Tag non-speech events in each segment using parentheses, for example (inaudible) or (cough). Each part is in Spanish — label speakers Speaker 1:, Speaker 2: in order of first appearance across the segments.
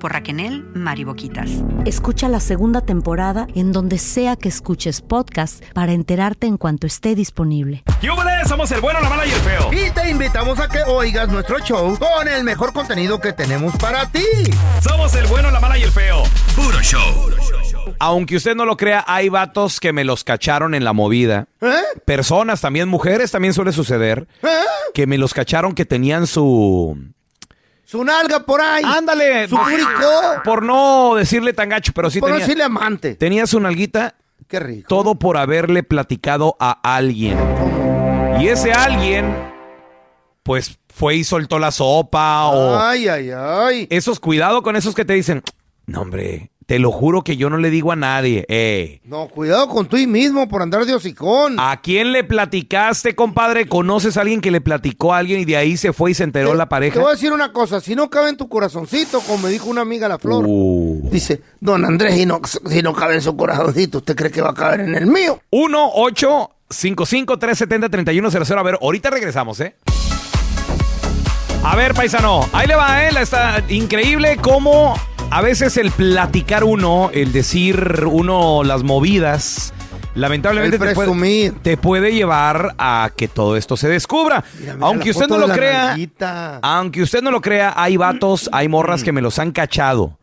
Speaker 1: por Raquenel Mariboquitas.
Speaker 2: Escucha la segunda temporada en donde sea que escuches podcast para enterarte en cuanto esté disponible.
Speaker 3: ¡Yúbales! Somos el bueno, la mala y el feo.
Speaker 4: Y te invitamos a que oigas nuestro show con el mejor contenido que tenemos para ti.
Speaker 3: Somos el bueno, la mala y el feo. Puro show.
Speaker 5: Aunque usted no lo crea, hay vatos que me los cacharon en la movida.
Speaker 4: ¿Eh?
Speaker 5: Personas también, mujeres también suele suceder. Que me los cacharon que tenían su...
Speaker 4: Su nalga por ahí.
Speaker 5: Ándale.
Speaker 4: Su curicó.
Speaker 5: Por no decirle tan gacho, pero sí
Speaker 4: Por no
Speaker 5: tenía,
Speaker 4: decirle amante.
Speaker 5: tenía su nalguita
Speaker 4: Qué rico.
Speaker 5: todo por haberle platicado a alguien. Y ese alguien, pues fue y soltó la sopa o...
Speaker 4: Ay, ay, ay.
Speaker 5: Esos, cuidado con esos que te dicen, no hombre, te lo juro que yo no le digo a nadie. Ey,
Speaker 4: No, cuidado con tú mismo por andar de hocicón.
Speaker 5: ¿A quién le platicaste, compadre? ¿Conoces a alguien que le platicó a alguien y de ahí se fue y se enteró
Speaker 4: Te-
Speaker 5: la
Speaker 4: Te
Speaker 5: pareja?
Speaker 4: voy a decir una cosa, si no cabe en tu corazoncito, como me dijo una amiga la flor,
Speaker 5: Uh.
Speaker 4: dice, don Andrés, si no, si no cabe en su corazoncito, ¿usted cree que va a caber en el mío?
Speaker 5: 1 8 55 370 3100 A ver, ahorita regresamos, ¿eh? A ver, paisano, ahí le va, ¿eh? La está increíble cómo a veces el platicar uno, el decir uno las movidas, lamentablemente
Speaker 4: El
Speaker 5: te puede,
Speaker 4: presumir.
Speaker 5: te puede llevar a que todo esto se descubra.
Speaker 4: Mira, mira
Speaker 5: aunque
Speaker 4: la
Speaker 5: usted
Speaker 4: foto
Speaker 5: no
Speaker 4: de
Speaker 5: lo
Speaker 4: la
Speaker 5: crea,
Speaker 4: nalguita.
Speaker 5: aunque usted no lo crea, hay vatos, hay morras que me los han cachado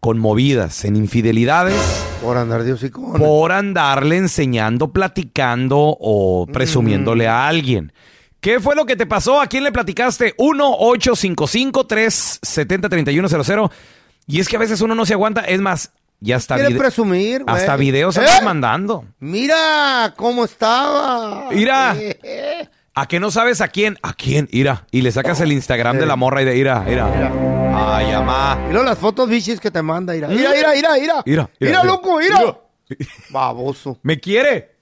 Speaker 5: con movidas, en infidelidades
Speaker 4: Por andar de hocicón.
Speaker 5: por andarle enseñando, platicando o presumiéndole a alguien. ¿Qué fue lo que te pasó? ¿A quién le platicaste? 1-855-370-3100. Y es que a veces uno no se aguanta. Es más, ya está
Speaker 4: Quiere presumir, güey.
Speaker 5: Hasta videos se
Speaker 4: ¿Eh?
Speaker 5: andan mandando.
Speaker 4: Mira cómo estaba.
Speaker 5: Mira.
Speaker 4: Eh,
Speaker 5: ¿A que no sabes a quién? ¿A quién? Ira. Y le sacas el Instagram de la morra y de Ira, Ira. Ay, amá.
Speaker 4: Y luego las fotos bichis que te manda, mira. Mira, mira, mira, mira.
Speaker 5: Mira, mira,
Speaker 4: Mira,
Speaker 5: mira.
Speaker 4: loco, mira. Baboso.
Speaker 5: ¿Me quiere?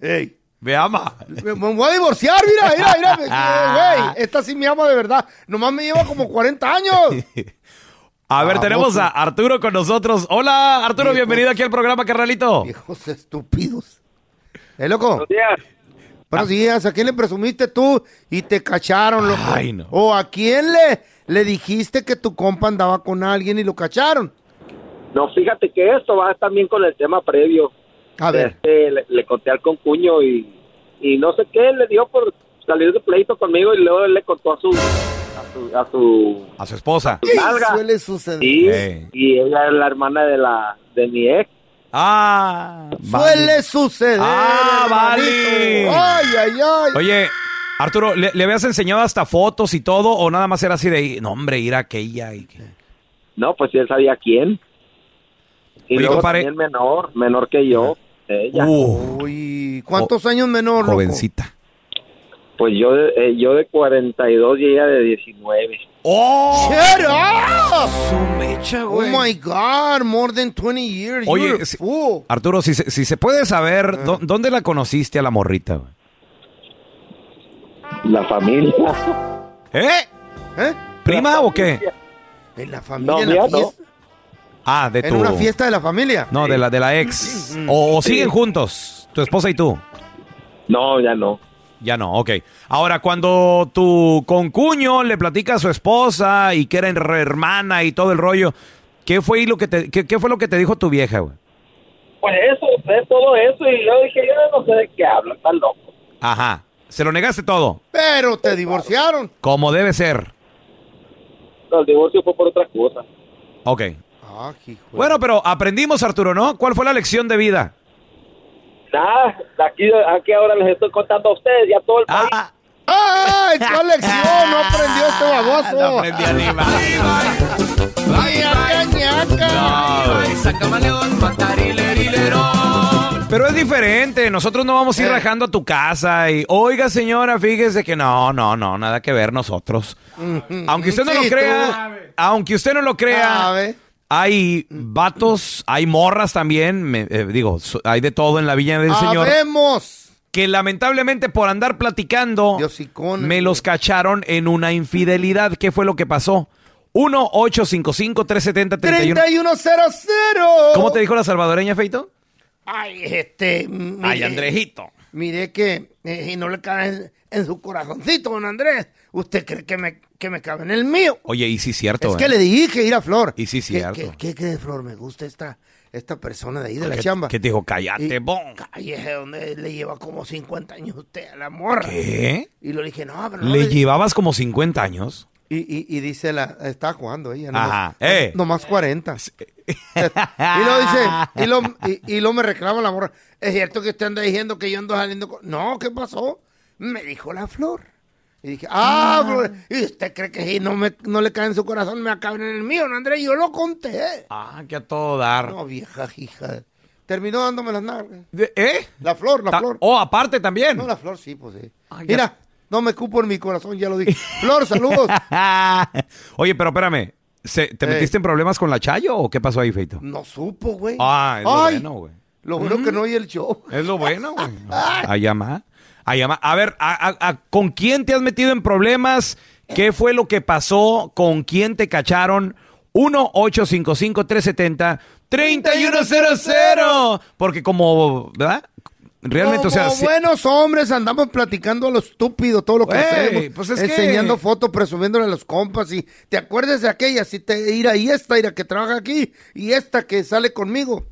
Speaker 4: Ey.
Speaker 5: Me ama.
Speaker 4: Me, me voy a divorciar, mira, mira,
Speaker 5: (laughs)
Speaker 4: mira. me- eh, Güey, esta sí me ama de verdad. Nomás me lleva como
Speaker 5: (laughs)
Speaker 4: 40 años.
Speaker 5: A ver,
Speaker 4: Ah,
Speaker 5: tenemos
Speaker 4: vos-
Speaker 5: a Arturo con nosotros. Hola, Arturo, bienvenido aquí al programa, carnalito.
Speaker 4: Viejos estúpidos. ¿Eh, loco?
Speaker 6: Buenos días.
Speaker 4: Buenos
Speaker 5: Ah.
Speaker 4: días. ¿A quién le presumiste tú y te cacharon, loco?
Speaker 5: Ay, no.
Speaker 4: ¿O a quién le, le dijiste que tu compa andaba con alguien y lo cacharon?
Speaker 6: No, fíjate que esto va también con el tema previo.
Speaker 4: A ver.
Speaker 6: Este, le, le conté al concuño y, y no sé qué, le dio por salir de pleito conmigo y luego él le contó a su... A su, a su
Speaker 5: A su esposa.
Speaker 4: ¿Qué
Speaker 6: Salga.
Speaker 4: suele suceder?
Speaker 6: sí,
Speaker 5: Ey.
Speaker 6: y ella es la hermana de la de mi ex.
Speaker 5: Ah,
Speaker 4: Suele suceder.
Speaker 5: Ah, vale.
Speaker 4: hermanito. Ay, ay, ay.
Speaker 5: Oye, Arturo, ¿le, le habías enseñado hasta fotos y todo o nada más era así de, no hombre, ir a aquella y que-
Speaker 6: No, pues él sabía quién. Y
Speaker 5: Oye,
Speaker 6: luego
Speaker 5: compadre.
Speaker 6: también menor, menor que yo, ella.
Speaker 5: Uh.
Speaker 4: Uy, ¿cuántos años menor, loco?
Speaker 5: Jovencita.
Speaker 6: Pues yo, de- eh, yo de 42 y ella de 19.
Speaker 5: ¡Oh!
Speaker 4: Shut up! Oh my God, more than 20 years.
Speaker 5: Oye,
Speaker 4: You're a
Speaker 5: si-
Speaker 4: fool.
Speaker 5: Arturo, si, se- si se puede saber,
Speaker 4: Ah.
Speaker 5: ¿dó- ¿dónde la conociste a la morrita? güey?
Speaker 6: La familia.
Speaker 5: ¿Eh?
Speaker 4: ¿Eh?
Speaker 5: ¿Prima o qué?
Speaker 4: En la familia,
Speaker 6: No,
Speaker 4: en, la
Speaker 6: mía no.
Speaker 4: fiesta,
Speaker 5: Ah, de
Speaker 4: en
Speaker 5: tu...
Speaker 4: una fiesta de la familia.
Speaker 5: No, de la, de la ex. O, o siguen juntos, tu esposa y tú.
Speaker 6: No, ya no.
Speaker 5: Ya no, ok. Ahora, cuando tu concuño le platica a su esposa y que era her- hermana y todo el rollo, ¿qué fue, y lo, que te, qué, qué fue lo que te dijo tu vieja, güey?
Speaker 6: Pues eso, de todo eso, y yo dije, yo no sé de qué habla, está loco.
Speaker 5: Ajá. Se lo negaste todo,
Speaker 4: Pero te divorciaron.
Speaker 5: como debe ser.
Speaker 6: No, el divorcio fue por otra cosa.
Speaker 5: Ok.
Speaker 4: Ah, hijo. de-
Speaker 5: Bueno, pero aprendimos, Arturo, ¿no? ¿Cuál fue la lección de vida?
Speaker 6: Nada, aquí, aquí ahora les estoy contando a ustedes y a todo el país.
Speaker 5: Ah,
Speaker 4: ¡Ay, qué lección! No aprendió este baboso.
Speaker 5: no aprendí a ni más.
Speaker 4: ¡Vaya cañaca! (laughs)
Speaker 5: Pero es diferente, nosotros no vamos a ir
Speaker 4: Eh.
Speaker 5: rajando a tu casa y, oiga señora, fíjese que no, no, no, nada que ver nosotros. Aunque usted no lo
Speaker 4: Mm, Sí,
Speaker 5: crea, aunque usted no lo crea,
Speaker 4: Sabe. Mm.
Speaker 5: hay vatos, hay morras también, me- eh, digo, so- hay de todo en la villa del señor,
Speaker 4: ¡Sabemos!
Speaker 5: que lamentablemente por andar platicando,
Speaker 4: Dios icono,
Speaker 5: me los cacharon en una infidelidad. ¿Qué fue lo que pasó? 1-855-370-31.
Speaker 4: 3100.
Speaker 5: ¿Cómo te dijo la salvadoreña, Feito?
Speaker 4: Ay, este. mire,
Speaker 5: Ay, Andrejito.
Speaker 4: Mire que eh, si no le cabe en, en su corazoncito, don Andrés. ¿Usted cree que me, que me cabe en el mío?
Speaker 5: Oye, y sí, cierto.
Speaker 4: Es
Speaker 5: ¿eh?
Speaker 4: que le dije ir a Flor.
Speaker 5: Y sí,
Speaker 4: ¿Qué-
Speaker 5: cierto.
Speaker 4: ¿Qué, qué, crees, Flor? Me gusta esta, esta persona de ahí de la
Speaker 5: ¿Qué-
Speaker 4: chamba.
Speaker 5: ¿Qué te dijo? Cállate,
Speaker 4: Y-
Speaker 5: bon.
Speaker 4: Calleje, donde le lleva como 50 años usted a la morra.
Speaker 5: ¿Qué?
Speaker 4: Y le dije, no, pero no
Speaker 5: ¿Le
Speaker 4: me-
Speaker 5: llevabas como 50 años?
Speaker 4: Y, y, y dice la, está jugando ella, nomás,
Speaker 5: Ajá, eh.
Speaker 4: nomás 40.
Speaker 5: Ah.
Speaker 4: y lo dice, y lo, y, y lo me reclama la morra. Es cierto que usted anda diciendo que yo ando saliendo con. No, ¿qué pasó? Me dijo la flor. Y dije, ah, Flor, ¿y usted cree que si no, me, no le cae en su corazón, me acaben en el mío, no, Andrés? Yo lo conté.
Speaker 5: Ah, que a todo dar.
Speaker 4: No, vieja hija. Terminó dándome las nalgas.
Speaker 5: De- ¿Eh?
Speaker 4: La flor, la
Speaker 5: Ta-
Speaker 4: flor.
Speaker 5: Oh, aparte también.
Speaker 4: No, la flor sí, pues sí.
Speaker 5: Ay, ya-
Speaker 4: Mira, no me cupo en mi corazón, ya lo dije. Flor,
Speaker 5: (laughs)
Speaker 4: saludos.
Speaker 5: Oye, pero espérame. ¿se- ¿Te
Speaker 4: Eh.
Speaker 5: metiste en problemas con la Chayo o qué pasó ahí, Feito?
Speaker 4: No supo, güey.
Speaker 5: Ah, es lo
Speaker 4: Ay,
Speaker 5: bueno, güey.
Speaker 4: Lo bueno que no oí el show.
Speaker 5: Es lo bueno, güey. Allá más. Allá más. A ver, a- a- a- ¿con quién te has metido en problemas? ¿Qué fue lo que pasó? ¿Con quién te cacharon? 1-855-370-3100. Porque como, ¿verdad? Realmente, o sea,
Speaker 4: Como
Speaker 5: si-
Speaker 4: buenos hombres andamos platicando a lo estúpido todo lo que
Speaker 5: Güey,
Speaker 4: hacemos.
Speaker 5: pues es que-
Speaker 4: enseñando fotos, presumiéndole a los compas. Y te acuerdas de aquella, si te ira y esta, ira que trabaja aquí, y esta que sale conmigo,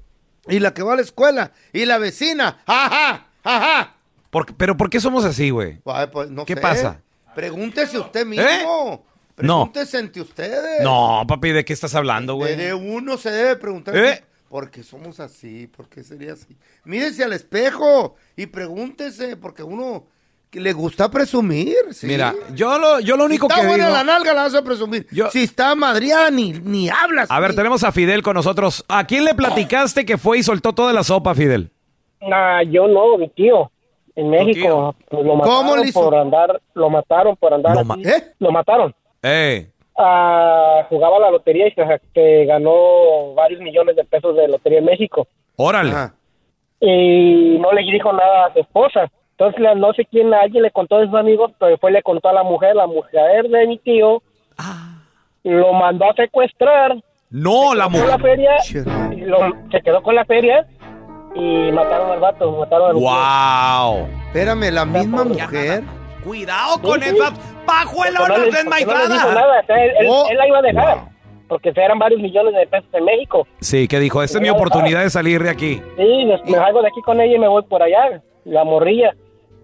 Speaker 4: y la que va a la escuela, y la vecina. ¡Ajá! ¡Ajá!
Speaker 5: ¿por- pero ¿por qué somos así, güey?
Speaker 4: Ay, pues, no
Speaker 5: ¿Qué
Speaker 4: sé.
Speaker 5: pasa? ¿Eh?
Speaker 4: Pregúntese usted mismo. Pregúntese entre ustedes.
Speaker 5: No, papi, ¿de qué estás hablando,
Speaker 4: De-
Speaker 5: güey?
Speaker 4: De uno se debe preguntar.
Speaker 5: ¿Eh?
Speaker 4: ¿Por qué somos así? ¿Por qué sería así? Mírese al espejo y pregúntese, porque uno que le gusta presumir. ¿sí?
Speaker 5: Mira, yo lo, yo lo
Speaker 4: si
Speaker 5: único
Speaker 4: está
Speaker 5: que
Speaker 4: buena
Speaker 5: digo...
Speaker 4: la nalga, la vas a presumir.
Speaker 5: Yo-
Speaker 4: Si está madriada, ni, ni hablas.
Speaker 5: A ver,
Speaker 4: ni-
Speaker 5: tenemos a Fidel con nosotros. ¿A quién le platicaste que fue y soltó toda la sopa, Fidel?
Speaker 7: Nah, Ah, yo no, mi tío. En México pues, lo
Speaker 4: ¿Cómo
Speaker 7: mataron
Speaker 4: le hizo?
Speaker 7: por andar, lo mataron por andar
Speaker 5: Lo
Speaker 7: así.
Speaker 5: ma-
Speaker 4: ¿Eh?
Speaker 7: Lo mataron.
Speaker 5: Eh,
Speaker 7: Ah, jugaba la lotería y se, se ganó varios millones de pesos de lotería en México.
Speaker 5: órale.
Speaker 4: Ajá.
Speaker 7: Y no le dijo nada a su esposa. Entonces, la- no sé quién, alguien le contó a sus amigos, pero después le contó a la mujer, la mujer de mi tío. Lo mandó a secuestrar.
Speaker 5: Ah. No, la
Speaker 7: Fue a la
Speaker 5: mujer.
Speaker 7: feria,
Speaker 4: Chela.
Speaker 7: y lo- se quedó con la feria y mataron al vato, mataron al
Speaker 5: ¡Wow!
Speaker 4: Espérame, la misma mujer.
Speaker 5: Cuidado
Speaker 7: con Sí, sí. esas Porque no
Speaker 5: pajuelonas
Speaker 7: les- porque no les dijo nada, o sea, él, él-
Speaker 4: Oh.
Speaker 7: él la iba a dejar.
Speaker 5: Wow.
Speaker 7: Porque eran varios millones de pesos en México.
Speaker 5: Sí, que dijo, esta es mi oportunidad de salir de aquí.
Speaker 7: Sí, me, me salgo de aquí con ella y me voy por allá. La morrilla.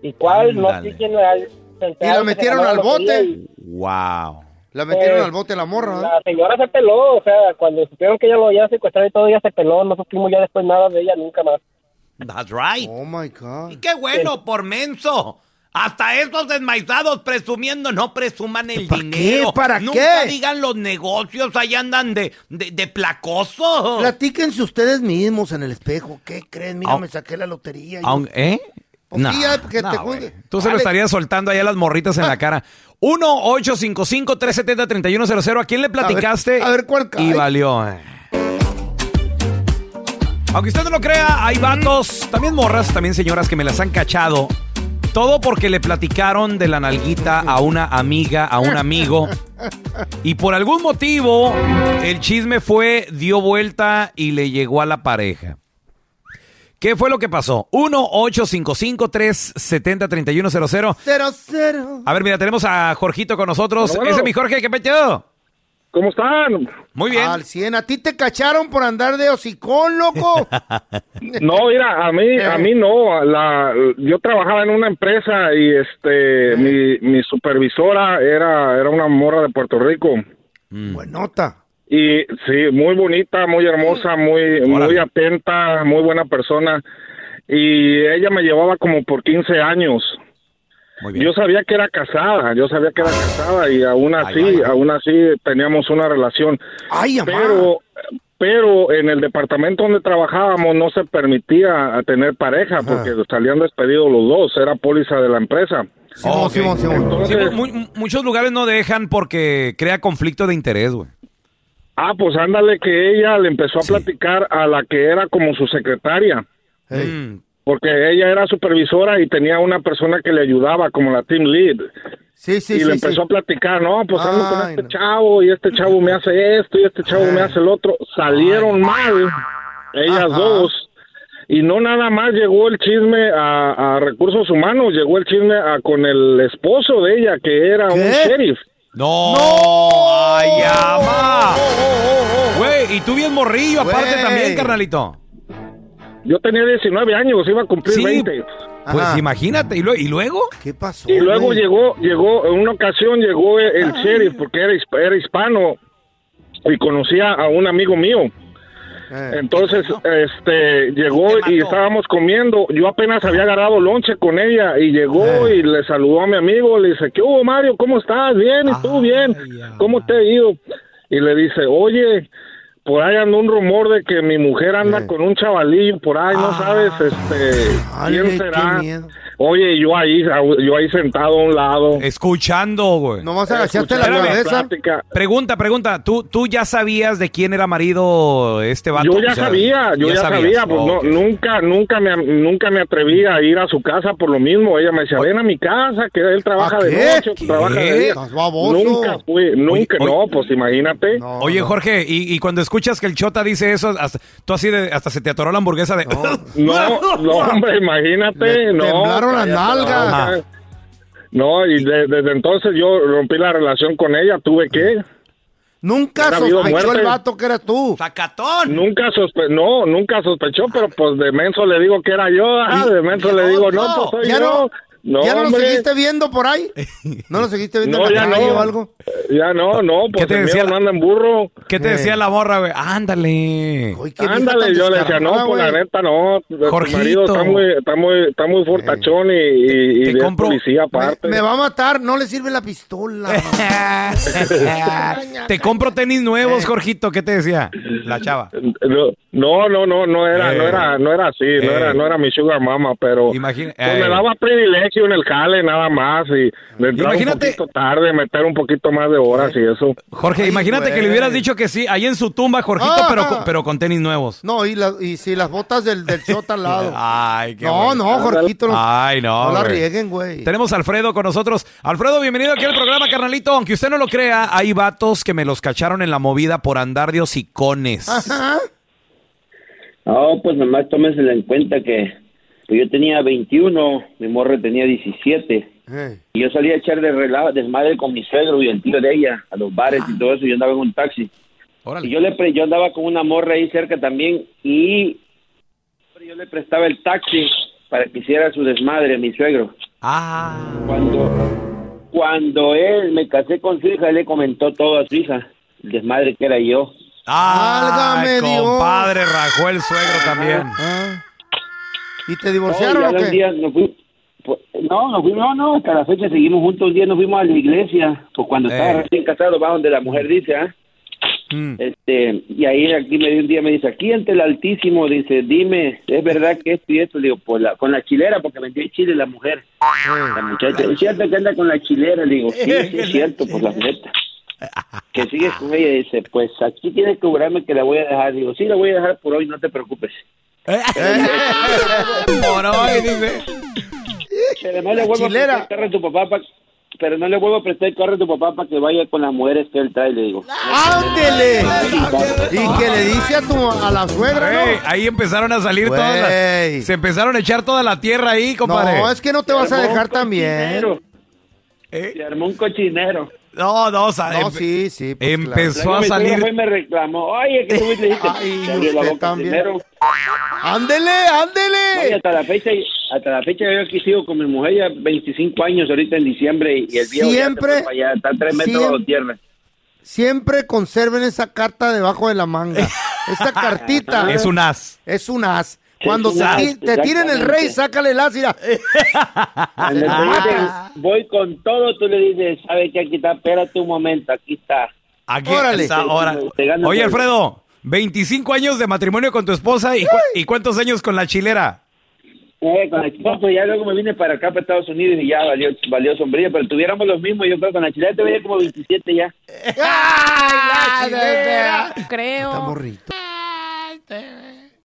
Speaker 7: ¿Y cuál? No
Speaker 5: Ándale.
Speaker 7: sé quién era. el- se enteraron que se
Speaker 4: metieron
Speaker 7: ganó la
Speaker 4: al
Speaker 7: lotería
Speaker 4: bote?
Speaker 7: y
Speaker 5: ¡Wow!
Speaker 4: La metieron
Speaker 7: Eh,
Speaker 4: al bote la morra. ¿eh?
Speaker 7: La señora se peló. O sea, cuando supieron que ella lo había secuestrado y todo, ella se peló. No supimos ya después nada de ella nunca más.
Speaker 5: That's right. (laughs)
Speaker 4: Oh my God.
Speaker 5: qué bueno, por menso. Hasta estos desmaizados presumiendo, no presuman el
Speaker 4: ¿Qué?
Speaker 5: dinero.
Speaker 4: ¿Para
Speaker 5: Nunca
Speaker 4: qué?
Speaker 5: digan los negocios, ahí andan de, de, de placoso.
Speaker 4: Platíquense ustedes mismos en el espejo. ¿Qué creen? Mira,
Speaker 5: Au-
Speaker 4: me saqué la lotería. y-
Speaker 5: Aun- ¿Eh?
Speaker 4: Pues
Speaker 5: No,
Speaker 4: sí, ya, que
Speaker 5: no,
Speaker 4: te
Speaker 5: güey.
Speaker 4: juzgue.
Speaker 5: Tú se lo
Speaker 4: Vale.
Speaker 5: estarías soltando ahí a las morritas en la
Speaker 4: (laughs)
Speaker 5: cara. 1-855-370-3100. ¿A quién le platicaste?
Speaker 4: a ver, ¿cuál cae?
Speaker 5: Y valió. eh. Aunque usted no lo crea, hay vatos, también morras, también señoras que me las han cachado. Todo porque le platicaron de la nalguita a una amiga, a un amigo. Y por algún motivo, el chisme fue, dio vuelta y le llegó a la pareja. ¿Qué fue lo que pasó? 1-855-370-3100.
Speaker 4: (laughs) Cero, cero.
Speaker 5: A ver, mira, tenemos a Jorgito con nosotros.
Speaker 4: Bueno, bueno.
Speaker 5: Ese es mi Jorge, ¿qué pecho?
Speaker 8: ¿Cómo están?
Speaker 5: Muy bien.
Speaker 4: Al 100. ¿A ti te cacharon por andar de hocicón,
Speaker 5: (laughs)
Speaker 4: loco?
Speaker 8: No, mira, a mí, a mí no. a La, yo trabajaba en una empresa y este, mi, mi supervisora era, era una morra de Puerto Rico.
Speaker 5: Mm.
Speaker 4: Buenota.
Speaker 8: Y sí, muy bonita, muy hermosa, muy, muy atenta, muy buena persona. Y ella me llevaba como por 15 años. Yo sabía que era casada, yo sabía que era casada y aún así, aún así teníamos una relación. pero, pero en el departamento donde trabajábamos no se permitía a tener pareja porque salían despedidos los dos, era póliza de la empresa.
Speaker 5: Ok. Sí, mu- mu- muchos lugares no dejan porque crea conflicto de interés, güey.
Speaker 8: Ah, pues ándale que ella le empezó a platicar a la que era como su secretaria. Porque ella era supervisora y tenía una persona que le ayudaba como la team lead.
Speaker 4: Sí, sí,
Speaker 8: y
Speaker 4: sí,
Speaker 8: le empezó
Speaker 4: sí.
Speaker 8: a platicar, no, pues ando con
Speaker 4: Ay,
Speaker 8: este chavo y este chavo me hace esto y este chavo me hace el otro. Salieron mal ellas
Speaker 9: Ajá.
Speaker 8: dos. Y no nada más llegó el chisme a, a recursos humanos, llegó el chisme a- con el esposo de ella, que era un sheriff.
Speaker 5: No, Oh, ay, ama. oh, Güey, y tú bien morrillo, aparte
Speaker 8: Güey.
Speaker 5: también, carnalito.
Speaker 8: Yo tenía 19 años, iba a cumplir
Speaker 5: Sí,
Speaker 8: 20.
Speaker 5: Pues imagínate, ¿y, lue- y luego?
Speaker 4: ¿Qué pasó?
Speaker 8: Y luego llegó, llegó, en una ocasión llegó el el sheriff porque era, hisp- era hispano y conocía a un amigo mío.
Speaker 4: Eh.
Speaker 8: Entonces, este, llegó y estábamos comiendo. Yo apenas había agarrado lonche con ella y llegó
Speaker 4: Eh.
Speaker 8: y le saludó a mi amigo. Le dice, ¿qué hubo, Mario? ¿Cómo estás? Bien, ¿y tú? Bien. ¿Cómo te ha ido? Y le dice, oye, por ahí anda un rumor de que mi mujer anda
Speaker 4: Eh.
Speaker 8: con un chavalillo por ahí, no sabes, este,
Speaker 4: Ale,
Speaker 8: quién
Speaker 4: Ah, qué
Speaker 8: será.
Speaker 4: miedo.
Speaker 8: Oye, yo ahí, yo ahí sentado a un lado. Eh,
Speaker 5: Escuchando, güey.
Speaker 4: Nomás agachaste la
Speaker 5: Espérame.
Speaker 4: cabeza.
Speaker 5: Pregunta, pregunta. ¿Tú, ¿Tú ya sabías de quién era marido este vato?
Speaker 8: Yo ya
Speaker 5: O sea,
Speaker 8: sabía, yo ya,
Speaker 5: sabías.
Speaker 8: sabía, pues
Speaker 5: Oh,
Speaker 8: no, nunca, nunca me, nunca me atreví a ir a su casa por lo mismo. Ella me decía, ven a mi casa, que él trabaja
Speaker 5: ¿Ah,
Speaker 8: de
Speaker 5: qué?
Speaker 8: noche,
Speaker 5: ¿Qué?
Speaker 8: trabaja de día.
Speaker 5: Estás baboso.
Speaker 8: Nunca fui, nunca, no, pues imagínate.
Speaker 5: Oye, Jorge, y, y cuando escuchas que el Chota dice eso, hasta, tú así de, hasta se te atoró la hamburguesa de... (laughs)
Speaker 8: No, no, hombre, imagínate,
Speaker 5: Le
Speaker 8: no.
Speaker 5: temblaron las
Speaker 8: cállate la
Speaker 5: nalgas.
Speaker 8: boca.
Speaker 5: Ajá.
Speaker 8: No, y de- desde entonces yo rompí la relación con ella, tuve que...
Speaker 4: Nunca
Speaker 8: Era viva
Speaker 4: sospechó el
Speaker 8: muerte.
Speaker 4: vato que eras tú.
Speaker 5: ¡Sacatón!
Speaker 8: Nunca sospe no, nunca sospechó, pero pues de menso le digo que era yo, ah, de menso le digo, no, pues soy
Speaker 4: ¿Ya
Speaker 8: yo.
Speaker 4: no, ¿Ya no lo
Speaker 8: hombre.
Speaker 4: seguiste viendo
Speaker 5: (laughs)
Speaker 4: por ahí? ¿No lo seguiste viendo
Speaker 8: No,
Speaker 4: en la
Speaker 8: ya
Speaker 4: calle
Speaker 8: no.
Speaker 4: o algo?
Speaker 8: Ya no, no, pues
Speaker 5: te
Speaker 8: el
Speaker 5: decía
Speaker 8: miedo no anda en burro. Eh.
Speaker 5: ¿Qué te decía la morra, güey? (laughs) Ándale.
Speaker 4: qué vieja
Speaker 8: Ándale,
Speaker 4: tan
Speaker 8: yo le decía, no,
Speaker 4: descarada,
Speaker 8: pues la
Speaker 4: güey.
Speaker 8: neta, no.
Speaker 5: Jorgito. Eh.
Speaker 8: Tu marido está muy, está muy, está muy fortachón y, y, y
Speaker 5: Te
Speaker 8: es
Speaker 5: compro-
Speaker 8: policía aparte.
Speaker 4: Me va a matar, no le sirve la pistola.
Speaker 5: (laughs) te compro tenis nuevos, Jorgito. ¿Qué te decía la chava?
Speaker 8: No, no, no, no era,
Speaker 5: Eh.
Speaker 8: no era, no era así, no
Speaker 5: Eh.
Speaker 8: era, no era mi sugar mama, pero pues, me
Speaker 5: eh.
Speaker 8: daba privilegio en el jale nada más y de entrar un
Speaker 5: Imagínate- Eh.
Speaker 8: poquito tarde, meter un poquito más de horas y eso.
Speaker 5: Jorge, imagínate que le hubieras dicho que sí, ahí en su tumba, Jorgito,
Speaker 4: Ah.
Speaker 5: pero, con, pero con tenis nuevos.
Speaker 4: No, y, la- y si las botas del, del chota al lado.
Speaker 5: (laughs) Ay, qué
Speaker 4: No,
Speaker 5: bueno.
Speaker 4: no, Jorgito, no-
Speaker 5: Ay, no.
Speaker 4: no la
Speaker 5: güey.
Speaker 4: rieguen, güey.
Speaker 5: Tenemos a Alfredo con nosotros. Alfredo, bienvenido aquí al programa, carnalito. Aunque usted no lo crea, hay vatos que me los cacharon en la movida por andar de hocicones.
Speaker 4: Ajá.
Speaker 10: No, pues nomás tómenselo en cuenta que pues yo tenía 21, mi morra tenía 17. Y yo salía a echar de rela- desmadre con mi suegro y el tío de ella, a los bares
Speaker 5: Ah.
Speaker 10: y todo eso. Yo andaba en un taxi. Y yo, le pre- yo andaba con una morra ahí cerca también y yo le prestaba el taxi para que hiciera su desmadre a mi suegro.
Speaker 5: Ah.
Speaker 10: Cuando, cuando él me casé con su hija, él le comentó todo a su hija, el desmadre que era yo.
Speaker 5: Ay,
Speaker 10: Válgame Dios.
Speaker 5: compadre, rajó el suegro también.
Speaker 4: ¿Y te
Speaker 10: No,
Speaker 4: Ah. divorciaron
Speaker 10: ya
Speaker 4: o
Speaker 10: algún
Speaker 4: qué?
Speaker 10: día nos fui- Pues, no, no, fuimos- no, no, hasta la fecha seguimos juntos un día, nos fuimos a la iglesia, pues cuando
Speaker 5: Eh.
Speaker 10: estaba recién casado, va donde la mujer dice, ¿ah?
Speaker 5: Mm.
Speaker 10: Este, y ahí aquí me un día me dice, aquí ante el Altísimo, dice, dime, ¿es verdad que esto y esto? Le digo, pues la, con la chilera, porque vendía en Chile la mujer. La muchacha, es cierto que anda con la chilera, le digo, sí, sí, es cierto, pues la neta. Que
Speaker 4: (laughs)
Speaker 10: sigues con ella y dice, pues aquí tienes que cobrarme que la voy a dejar. Digo, sí, la voy a dejar por hoy, no
Speaker 5: (laughs)
Speaker 10: te preocupes.
Speaker 5: Por hoy, dice.
Speaker 10: Pero no le vuelvo a prestar el carro a tu papá pa- pero no le vuelvo a prestar el carro a tu papá para que vaya con las mujeres que él trae, le digo.
Speaker 4: ¡Ándele! Y que le dice a tu a la suegra, ¿no?
Speaker 5: Ey, ahí empezaron a salir todas las- Se empezaron a echar toda la tierra ahí, compadre.
Speaker 4: No, es que no te vas a dejar tan bien.
Speaker 5: ¿Eh?
Speaker 10: Se armó un cochinero.
Speaker 5: No, no, o sea,
Speaker 4: No,
Speaker 5: em-
Speaker 4: sí, sí. pues,
Speaker 5: empezó
Speaker 4: claro.
Speaker 5: a salir.
Speaker 10: Y me reclamó, oye, que tú le dijiste,
Speaker 4: Ay,
Speaker 10: "Se abrió la
Speaker 4: usted
Speaker 10: boca
Speaker 4: también.
Speaker 10: primero".
Speaker 4: ¡Ándele, ándele!
Speaker 10: No, y hasta la fecha, hasta la fecha yo aquí sigo con mi mujer ya 25 años ahorita en diciembre y el viejo
Speaker 4: Siempre-
Speaker 10: ya se fue para allá, está tres metros
Speaker 4: siempre-
Speaker 10: bajo tierra.
Speaker 4: Siempre conserven esa carta debajo de la
Speaker 10: (laughs)
Speaker 4: manga. Esa cartita.
Speaker 5: Es un as.
Speaker 4: Es un as. Cuando
Speaker 10: un
Speaker 4: te,
Speaker 10: as,
Speaker 4: ti- te tiren el rey, sácale el as, mira.
Speaker 10: (laughs)
Speaker 4: Ah.
Speaker 10: Cuando te dicen, voy con todo, tú le dices, ¿sabes qué? Aquí está, espérate un momento, aquí está.
Speaker 5: Aquí
Speaker 10: Órale.
Speaker 5: está, ahora.
Speaker 10: Te ganas
Speaker 5: Oye,
Speaker 10: el-
Speaker 5: Alfredo, 25 años de matrimonio con tu esposa y, cu- y cuántos años con la chilera.
Speaker 10: Eh, con la no, pues ya luego me vine para acá, para Estados Unidos y ya valió, valió sombrilla, pero tuviéramos los mismos, yo creo que con la chilena te veía como 27 ya.
Speaker 4: ¡Ah,
Speaker 9: Creo.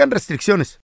Speaker 4: restricciones.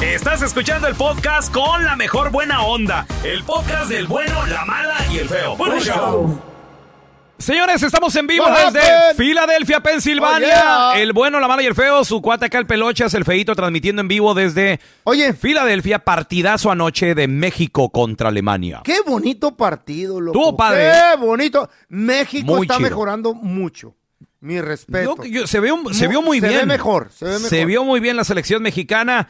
Speaker 3: Estás escuchando el podcast con la mejor buena onda. El podcast del bueno, la mala y el feo. Bueno, show.
Speaker 5: Señores, estamos en vivo
Speaker 3: What
Speaker 5: desde
Speaker 3: happened?
Speaker 5: Filadelfia, Pensilvania.
Speaker 3: Oh, yeah.
Speaker 5: El bueno, la mala y el feo. Su cuate acá, el pelochas, el feito, transmitiendo en vivo desde
Speaker 4: Oye.
Speaker 5: Filadelfia. Partidazo anoche de México contra Alemania.
Speaker 4: Qué bonito partido, loco.
Speaker 5: Estuvo padre.
Speaker 4: Qué bonito. México
Speaker 5: Muy
Speaker 4: está
Speaker 5: chido.
Speaker 4: mejorando mucho. Mi respeto.
Speaker 5: No, yo- se, ve un- se
Speaker 4: Mu-
Speaker 5: vio muy
Speaker 4: se ve
Speaker 5: bien.
Speaker 4: mejor, se ve mejor.
Speaker 5: vio muy bien la selección mexicana.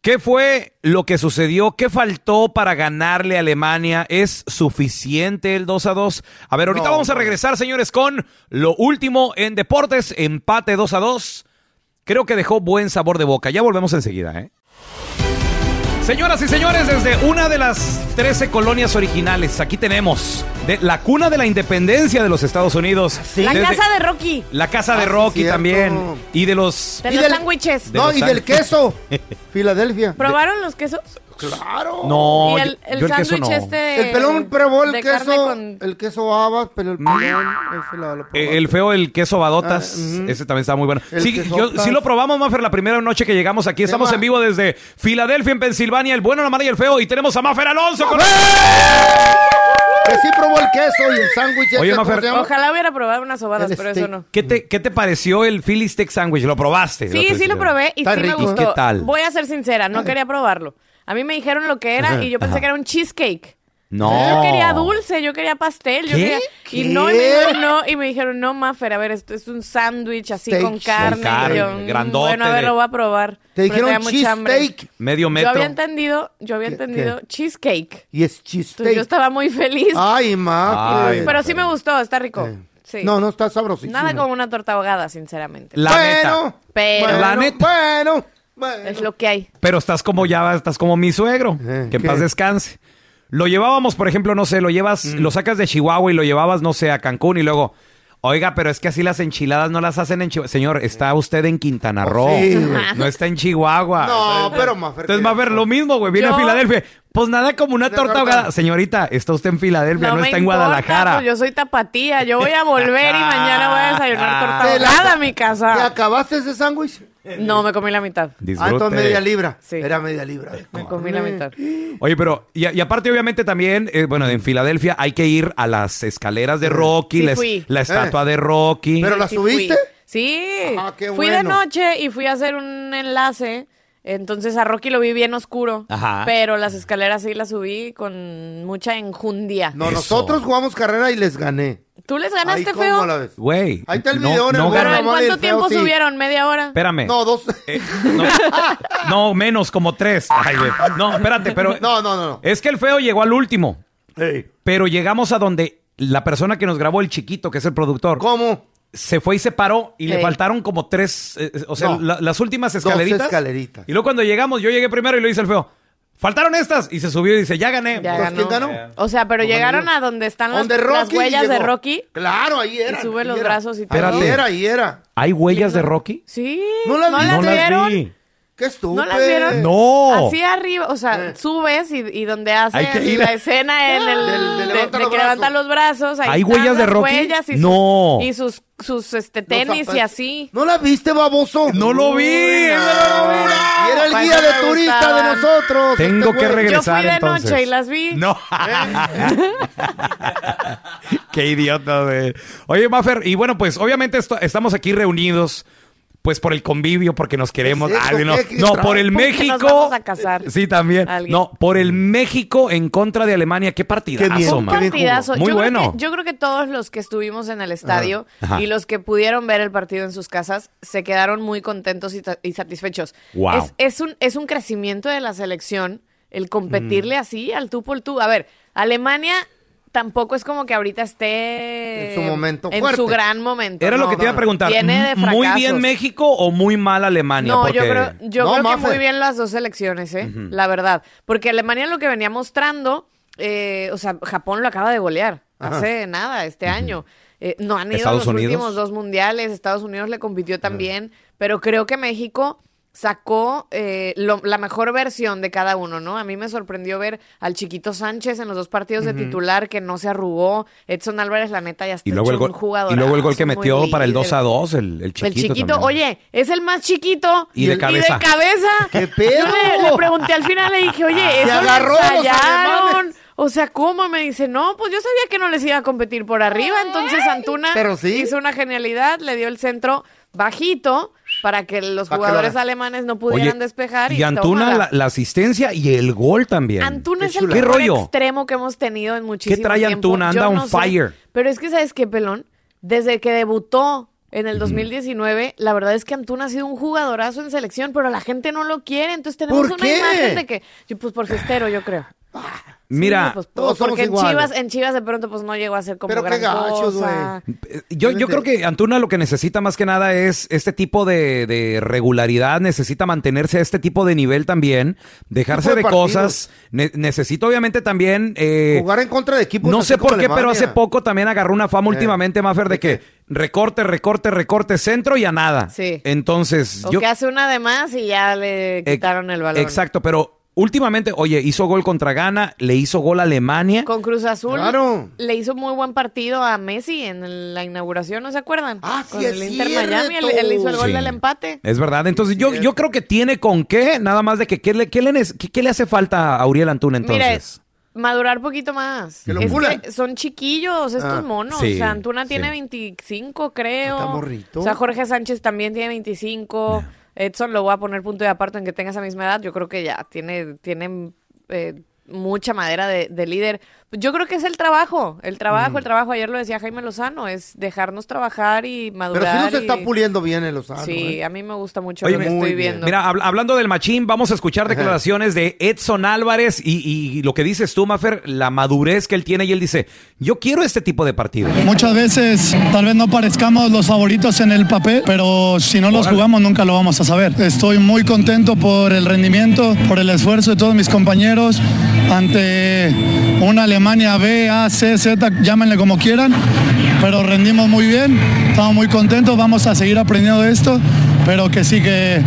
Speaker 5: ¿Qué fue lo que sucedió? ¿Qué faltó para ganarle a Alemania? ¿Es suficiente el 2 a 2? A ver, ahorita
Speaker 3: No,
Speaker 5: vamos a
Speaker 3: no.
Speaker 5: regresar, señores, con lo último en deportes. Empate 2 a 2. Creo que dejó buen sabor de boca. Ya volvemos enseguida, ¿eh? Señoras y señores, desde una de las 13 colonias originales, aquí tenemos de la cuna de la independencia de los Estados Unidos.
Speaker 9: La
Speaker 5: Desde-
Speaker 9: casa de Rocky.
Speaker 5: la casa de
Speaker 4: Ah, sí,
Speaker 5: Rocky
Speaker 4: cierto.
Speaker 5: también. Y de los.
Speaker 9: De los sándwiches.
Speaker 5: de
Speaker 4: No,
Speaker 5: los
Speaker 4: y del
Speaker 5: sándwiches. (laughs)
Speaker 4: queso. Filadelfia.
Speaker 9: ¿Probaron los quesos?
Speaker 4: Claro.
Speaker 5: No,
Speaker 9: Y el-
Speaker 5: yo-
Speaker 9: el
Speaker 5: yo el queso
Speaker 9: sándwich
Speaker 5: no.
Speaker 9: este
Speaker 4: El pelón probó el
Speaker 9: de
Speaker 4: queso.
Speaker 9: carne con-
Speaker 4: El queso haba, pero el
Speaker 5: Mm.
Speaker 4: pelón. ese la- lo probó.
Speaker 5: Eh, El feo, el queso badotas.
Speaker 4: Ah, ujú.
Speaker 5: Ese también está muy bueno.
Speaker 4: El
Speaker 5: Sí,
Speaker 4: quesotas.
Speaker 5: yo- sí lo probamos, Maffer, la primera noche que llegamos aquí. Estamos en vivo desde Filadelfia, en Pensilvania. El bueno, la mala y el feo. Y tenemos a Maffer Alonso. con-
Speaker 4: Que sí probó el queso y el sándwich.
Speaker 5: Oye,
Speaker 4: ese, ¿cómo
Speaker 5: Mafer.
Speaker 4: se llama?
Speaker 9: Ojalá hubiera probado unas sobadas,
Speaker 4: El
Speaker 9: pero eso
Speaker 4: steak.
Speaker 9: no.
Speaker 5: ¿Qué te, ¿Qué te pareció el Philly Steak Sandwich? ¿Lo probaste?
Speaker 9: Sí, sí lo probé y
Speaker 5: Está
Speaker 9: sí me
Speaker 5: rico. ¿Y
Speaker 9: gustó.
Speaker 5: qué tal?
Speaker 9: Voy a ser sincera, no quería probarlo. A mí me dijeron lo que era y yo pensé
Speaker 5: Ajá.
Speaker 9: que era un cheesecake.
Speaker 5: No.
Speaker 9: Yo quería dulce, yo quería pastel, yo
Speaker 5: ¿Qué?
Speaker 9: quería... Y
Speaker 5: ¿Qué?
Speaker 9: no, y me dijeron no, y me dijeron, no, Maffer, a ver, esto es un sándwich así
Speaker 5: Steak.
Speaker 9: con
Speaker 5: Con
Speaker 9: carne.
Speaker 5: carne,
Speaker 9: Y yo, mm,
Speaker 5: grandote
Speaker 9: Bueno, a ver,
Speaker 5: de-
Speaker 9: lo voy a probar.
Speaker 4: Te
Speaker 9: pero
Speaker 4: dijeron
Speaker 9: tenía mucha
Speaker 4: cheese
Speaker 9: hambre.
Speaker 4: steak.
Speaker 5: Medio
Speaker 9: Yo
Speaker 5: metro.
Speaker 9: había entendido, yo había entendido cheesecake.
Speaker 4: Y es chiste.
Speaker 9: Entonces yo estaba muy feliz.
Speaker 4: Ay, ma.
Speaker 5: Ay,
Speaker 9: pero sí me gustó, está rico. Sí.
Speaker 4: No, no, está sabrosísimo.
Speaker 9: Nada como una torta ahogada, sinceramente.
Speaker 5: La
Speaker 4: Bueno,
Speaker 5: neta.
Speaker 9: Pero
Speaker 5: La neta.
Speaker 4: Bueno,
Speaker 9: es lo que hay.
Speaker 5: Pero estás como ya, estás como mi suegro. que en paz descanse. Lo llevábamos, por ejemplo, no sé, lo llevas,
Speaker 4: Mm.
Speaker 5: lo sacas de Chihuahua y lo llevabas, no sé, a Cancún y luego. Oiga, pero es que así las enchiladas no las hacen en Chihuahua. Señor, está usted en Quintana Roo.
Speaker 4: Oh, sí, güey.
Speaker 5: no está en Chihuahua.
Speaker 4: No, pero Mafer.
Speaker 5: Entonces va a ver lo mismo, güey. Viene
Speaker 9: Yo-
Speaker 5: a Filadelfia. Pues nada como una torta
Speaker 9: torta.
Speaker 5: ahogada. Señorita, está usted en Filadelfia, no,
Speaker 9: me
Speaker 5: está en
Speaker 9: importa,
Speaker 5: Guadalajara.
Speaker 9: pues yo soy tapatía, yo voy a volver y mañana voy a
Speaker 5: Ah.
Speaker 9: desayunar torta
Speaker 4: Te la-
Speaker 9: ahogada a mi casa.
Speaker 4: ¿Te acabaste ese sándwich?
Speaker 9: No, me comí la mitad.
Speaker 4: Ah, entonces
Speaker 5: Disfrute.
Speaker 4: media libra. Era media libra. de
Speaker 9: Me comí la mitad.
Speaker 5: Oye, pero, y, a- y aparte, obviamente, también, eh, bueno, en Filadelfia hay que ir a las escaleras de Rocky,
Speaker 9: Sí
Speaker 5: la, es-
Speaker 9: fui.
Speaker 5: la
Speaker 9: Eh.
Speaker 5: estatua de Rocky.
Speaker 4: Pero la
Speaker 9: Sí
Speaker 4: subiste. Ah,
Speaker 9: fui. Sí. Fui de
Speaker 4: bueno.
Speaker 9: noche y fui a hacer un enlace. Entonces a Rocky lo vi bien oscuro.
Speaker 5: Ajá.
Speaker 9: Pero las escaleras sí las subí con mucha enjundia.
Speaker 4: No, nosotros jugamos carrera y les gané.
Speaker 9: ¿Tú les
Speaker 4: Ahí
Speaker 9: ganaste,
Speaker 4: cómo
Speaker 9: este feo?
Speaker 4: la ves.
Speaker 5: Güey.
Speaker 4: Ahí está el
Speaker 5: no-
Speaker 4: video en el
Speaker 5: no
Speaker 4: gordo,
Speaker 5: gané.
Speaker 9: ¿En
Speaker 4: mamá, del
Speaker 9: cuánto
Speaker 4: feo,
Speaker 9: tiempo
Speaker 4: sí.
Speaker 9: subieron? ¿Media hora?
Speaker 5: Espérame.
Speaker 4: No, dos.
Speaker 5: No, menos, como tres. Ay, güey. No, espérate, pero.
Speaker 4: (laughs) No, no, no. no.
Speaker 5: Es que el feo llegó al último. Pero llegamos a donde la persona que nos grabó, el chiquito, que es el productor.
Speaker 4: ¿Cómo?
Speaker 5: Se fue y se paró y le
Speaker 9: Ey.
Speaker 5: faltaron como tres, eh, eh, o sea,
Speaker 4: No.
Speaker 5: la- las últimas
Speaker 4: Dos
Speaker 5: escaleritas.
Speaker 4: escaleritas.
Speaker 5: Y luego cuando llegamos, yo llegué primero y lo hice el feo. Faltaron estas y se subió y dice, ya gané.
Speaker 9: Ya
Speaker 4: Entonces, ¿quién ganó?
Speaker 5: Eh.
Speaker 9: O sea, pero
Speaker 4: Como
Speaker 9: llegaron
Speaker 4: yo.
Speaker 9: a donde están las,
Speaker 4: Donde
Speaker 9: las
Speaker 4: Rocky
Speaker 9: huellas de
Speaker 4: llegó.
Speaker 9: Rocky.
Speaker 4: Claro, ahí era.
Speaker 9: Y sube
Speaker 4: ahí
Speaker 9: los
Speaker 4: era.
Speaker 9: brazos y todo.
Speaker 4: Ahí
Speaker 5: Espérate.
Speaker 4: era, ahí era.
Speaker 5: ¿Hay huellas de Rocky?
Speaker 9: Sí.
Speaker 4: ¿No las vi?
Speaker 5: No las
Speaker 9: vieron?
Speaker 5: vi.
Speaker 4: Qué estúpido.
Speaker 9: ¿No las vieron?
Speaker 5: No.
Speaker 9: Así arriba, o sea, subes y, y donde hace
Speaker 5: Hay que ir
Speaker 9: la
Speaker 5: a-
Speaker 9: escena en el,
Speaker 4: Del- del
Speaker 9: de-
Speaker 4: levanta
Speaker 9: de
Speaker 4: los
Speaker 9: que levanta
Speaker 4: brazos.
Speaker 9: los brazos. Ahí
Speaker 5: ¿Hay
Speaker 9: están
Speaker 5: huellas de
Speaker 9: las
Speaker 5: Rocky?
Speaker 9: huellas y
Speaker 5: No.
Speaker 9: Sus, y sus, sus este,
Speaker 4: Los
Speaker 9: tenis y
Speaker 4: zapatos.
Speaker 9: así.
Speaker 4: ¿No la viste, baboso?
Speaker 5: No lo vi. no lo vi.
Speaker 4: Y era el
Speaker 9: Para
Speaker 4: guía
Speaker 9: eso
Speaker 4: de turista
Speaker 9: me
Speaker 4: de
Speaker 9: gustaban.
Speaker 4: nosotros.
Speaker 5: Tengo
Speaker 4: este
Speaker 5: que
Speaker 4: güey.
Speaker 9: Yo
Speaker 5: regresar
Speaker 9: fui de
Speaker 5: entonces.
Speaker 9: noche y las vi.
Speaker 5: No. (laughs) Qué idiota de. Oye, Maffer, y bueno, pues obviamente esto- estamos aquí reunidos pues por el convivio, porque nos queremos.
Speaker 4: ¿Qué es
Speaker 5: Ah,
Speaker 4: eso?
Speaker 5: no,
Speaker 4: ¿Qué- qué
Speaker 5: no,
Speaker 4: trabajo?
Speaker 5: por el
Speaker 9: Porque
Speaker 5: México.
Speaker 9: nos vamos a casar.
Speaker 5: (laughs) Sí, también.
Speaker 9: Alguien.
Speaker 5: No, por el México en contra de Alemania. Qué partidazo,
Speaker 4: bien,
Speaker 9: Un
Speaker 5: man.
Speaker 4: qué bien jugó.
Speaker 9: partidazo.
Speaker 5: Muy
Speaker 9: yo Creo
Speaker 5: bueno.
Speaker 9: que, yo creo que todos los que estuvimos en el estadio
Speaker 5: Ajá.
Speaker 9: y los que pudieron ver el partido en sus casas se quedaron muy contentos y, ta- y satisfechos.
Speaker 5: Wow.
Speaker 9: Es, es un, es un crecimiento de la selección el competirle
Speaker 5: Mm.
Speaker 9: así al tú por tú. A ver, Alemania tampoco es como que ahorita esté
Speaker 4: En su momento
Speaker 9: en
Speaker 4: fuerte.
Speaker 9: su gran momento.
Speaker 5: Era lo
Speaker 9: No,
Speaker 5: que te iba a
Speaker 9: no.
Speaker 5: preguntar.
Speaker 9: Viene de
Speaker 5: ¿Muy bien
Speaker 9: fracasos.
Speaker 5: México o muy mal Alemania?
Speaker 9: No, yo
Speaker 5: Porque-
Speaker 9: creo, yo
Speaker 4: No,
Speaker 9: creo que
Speaker 4: Mafe.
Speaker 9: muy bien las dos selecciones, ¿eh? La verdad. Porque Alemania lo que venía mostrando, eh, o sea, Japón lo acaba de golear
Speaker 4: Ajá.
Speaker 9: hace nada, este año. Eh, no han ido a
Speaker 5: Estados
Speaker 9: los
Speaker 5: Unidos.
Speaker 9: últimos dos mundiales, Estados Unidos le compitió también, pero creo que México sacó eh, lo- la mejor versión de cada uno, ¿no? A mí me sorprendió ver al chiquito Sánchez en los dos partidos de titular que no se arrugó, Edson Álvarez la neta ya está
Speaker 5: Y luego, el
Speaker 9: hecho un
Speaker 5: gol, y
Speaker 9: jugadorazo,
Speaker 5: luego el gol que
Speaker 9: muy
Speaker 5: metió para el
Speaker 9: líder.
Speaker 5: 2 a 2, el, el chiquito.
Speaker 9: El chiquito,
Speaker 5: también.
Speaker 9: oye, es el más chiquito.
Speaker 5: Y de
Speaker 9: el-
Speaker 5: cabeza.
Speaker 9: cabeza.
Speaker 4: (laughs) ¿Qué pedo? Ah,
Speaker 9: Yo le, le pregunté al final, le dije, oye, eso lo
Speaker 4: agarró a los
Speaker 9: ensayaron.
Speaker 4: alemanes.
Speaker 9: O sea, ¿cómo? Y Me dice, no, pues yo sabía que no les iba a competir por arriba. Entonces Antuna
Speaker 4: Pero sí.
Speaker 9: hizo una genialidad, le dio el centro bajito para que los
Speaker 4: Pa' que lo
Speaker 9: jugadores
Speaker 4: haga.
Speaker 9: alemanes no pudieran
Speaker 5: Oye,
Speaker 9: despejar. Y,
Speaker 5: Y Antuna,
Speaker 9: tómala.
Speaker 5: la, la asistencia y el gol también.
Speaker 9: Antuna es el
Speaker 5: ¿Qué
Speaker 9: mejor
Speaker 5: rollo?
Speaker 9: extremo que hemos tenido en muchísimo tiempo.
Speaker 5: trae Antuna?
Speaker 9: Yo
Speaker 5: Anda on
Speaker 9: no sé.
Speaker 5: fire.
Speaker 9: Pero es que, ¿sabes qué, Pelón? Desde que debutó en el 2019, la verdad es que Antuna ha sido un jugadorazo en selección, pero la gente no lo quiere. Entonces tenemos
Speaker 4: ¿Por
Speaker 9: una
Speaker 4: qué?
Speaker 9: imagen de que... yo, pues por fiestero, yo
Speaker 4: (sighs)
Speaker 9: creo.
Speaker 5: Mira,
Speaker 9: Sí, pues,
Speaker 4: todos somos
Speaker 9: porque en
Speaker 4: iguales.
Speaker 9: Chivas, en Chivas de pronto pues no llegó a ser como
Speaker 4: Pero qué
Speaker 9: gran
Speaker 4: gachos,
Speaker 9: cosa.
Speaker 5: eh, yo, yo creo que Antuna lo que necesita más que nada es este tipo de, de regularidad, necesita mantenerse a este tipo de nivel también, dejarse
Speaker 4: Tipo de
Speaker 5: de,
Speaker 4: partidos.
Speaker 5: cosas. Ne- necesita obviamente también... eh,
Speaker 4: Jugar en contra de equipos.
Speaker 5: No
Speaker 4: así
Speaker 5: sé
Speaker 4: como
Speaker 5: por qué, pero
Speaker 4: Alemania.
Speaker 5: hace poco también agarró una fama
Speaker 4: Eh.
Speaker 5: últimamente, Mafer, de que recorte, recorte, recorte, centro y a nada.
Speaker 9: Sí.
Speaker 5: Entonces,
Speaker 9: O
Speaker 5: yo...
Speaker 9: que hace una de más y ya
Speaker 4: Eh,
Speaker 9: le
Speaker 5: Ex-
Speaker 9: quitaron el balón.
Speaker 5: Exacto, pero últimamente, oye, hizo gol contra Ghana, le hizo gol a Alemania.
Speaker 9: Con Cruz Azul
Speaker 4: Claro.
Speaker 9: le hizo muy buen partido a Messi en el- la inauguración, ¿no se acuerdan?
Speaker 4: Ah, sí
Speaker 9: Con
Speaker 4: es
Speaker 9: el Inter
Speaker 4: cierto.
Speaker 9: Miami, él, él hizo el gol
Speaker 5: Sí.
Speaker 9: del empate.
Speaker 5: Es verdad, entonces yo, yo creo que tiene con qué, nada más de que qué le, qué le, nece- qué- qué le hace falta a Uriel Antuna entonces.
Speaker 9: Mira, madurar poquito más.
Speaker 4: Que lo
Speaker 9: Es
Speaker 4: pulan.
Speaker 9: que son chiquillos estos
Speaker 4: Ah,
Speaker 9: monos.
Speaker 5: sí,
Speaker 9: o sea, Antuna tiene
Speaker 5: sí.
Speaker 9: 25, creo.
Speaker 4: Está morrito.
Speaker 9: O sea, Jorge Sánchez también tiene 25. Edson lo voy a poner punto de aparte en que tenga esa misma edad. Yo creo que ya tiene, tiene eh, mucha madera de, de líder. Yo creo que es el trabajo, el trabajo, el trabajo. Ayer lo decía Jaime Lozano, es dejarnos trabajar y madurar.
Speaker 4: Pero sí nos está
Speaker 9: y-
Speaker 4: puliendo bien el Lozano.
Speaker 9: Sí,
Speaker 4: ¿eh?
Speaker 9: a mí me gusta mucho
Speaker 4: Oye,
Speaker 9: lo que
Speaker 4: muy
Speaker 9: estoy
Speaker 4: bien.
Speaker 9: viendo.
Speaker 5: Mira, hab- hablando del machín, vamos a escuchar declaraciones de Edson Álvarez y, y lo que dices tú, Mafer, la madurez que él tiene y él dice, yo quiero este tipo de partido.
Speaker 11: Muchas veces tal vez no parezcamos los favoritos en el papel, pero si no los jugamos nunca lo vamos a saber. Estoy muy contento por el rendimiento, por el esfuerzo de todos mis compañeros ante una Alemania B, A, C, Z, llámenle como quieran, pero rendimos muy bien, estamos muy contentos, vamos a seguir aprendiendo de esto, pero que sí que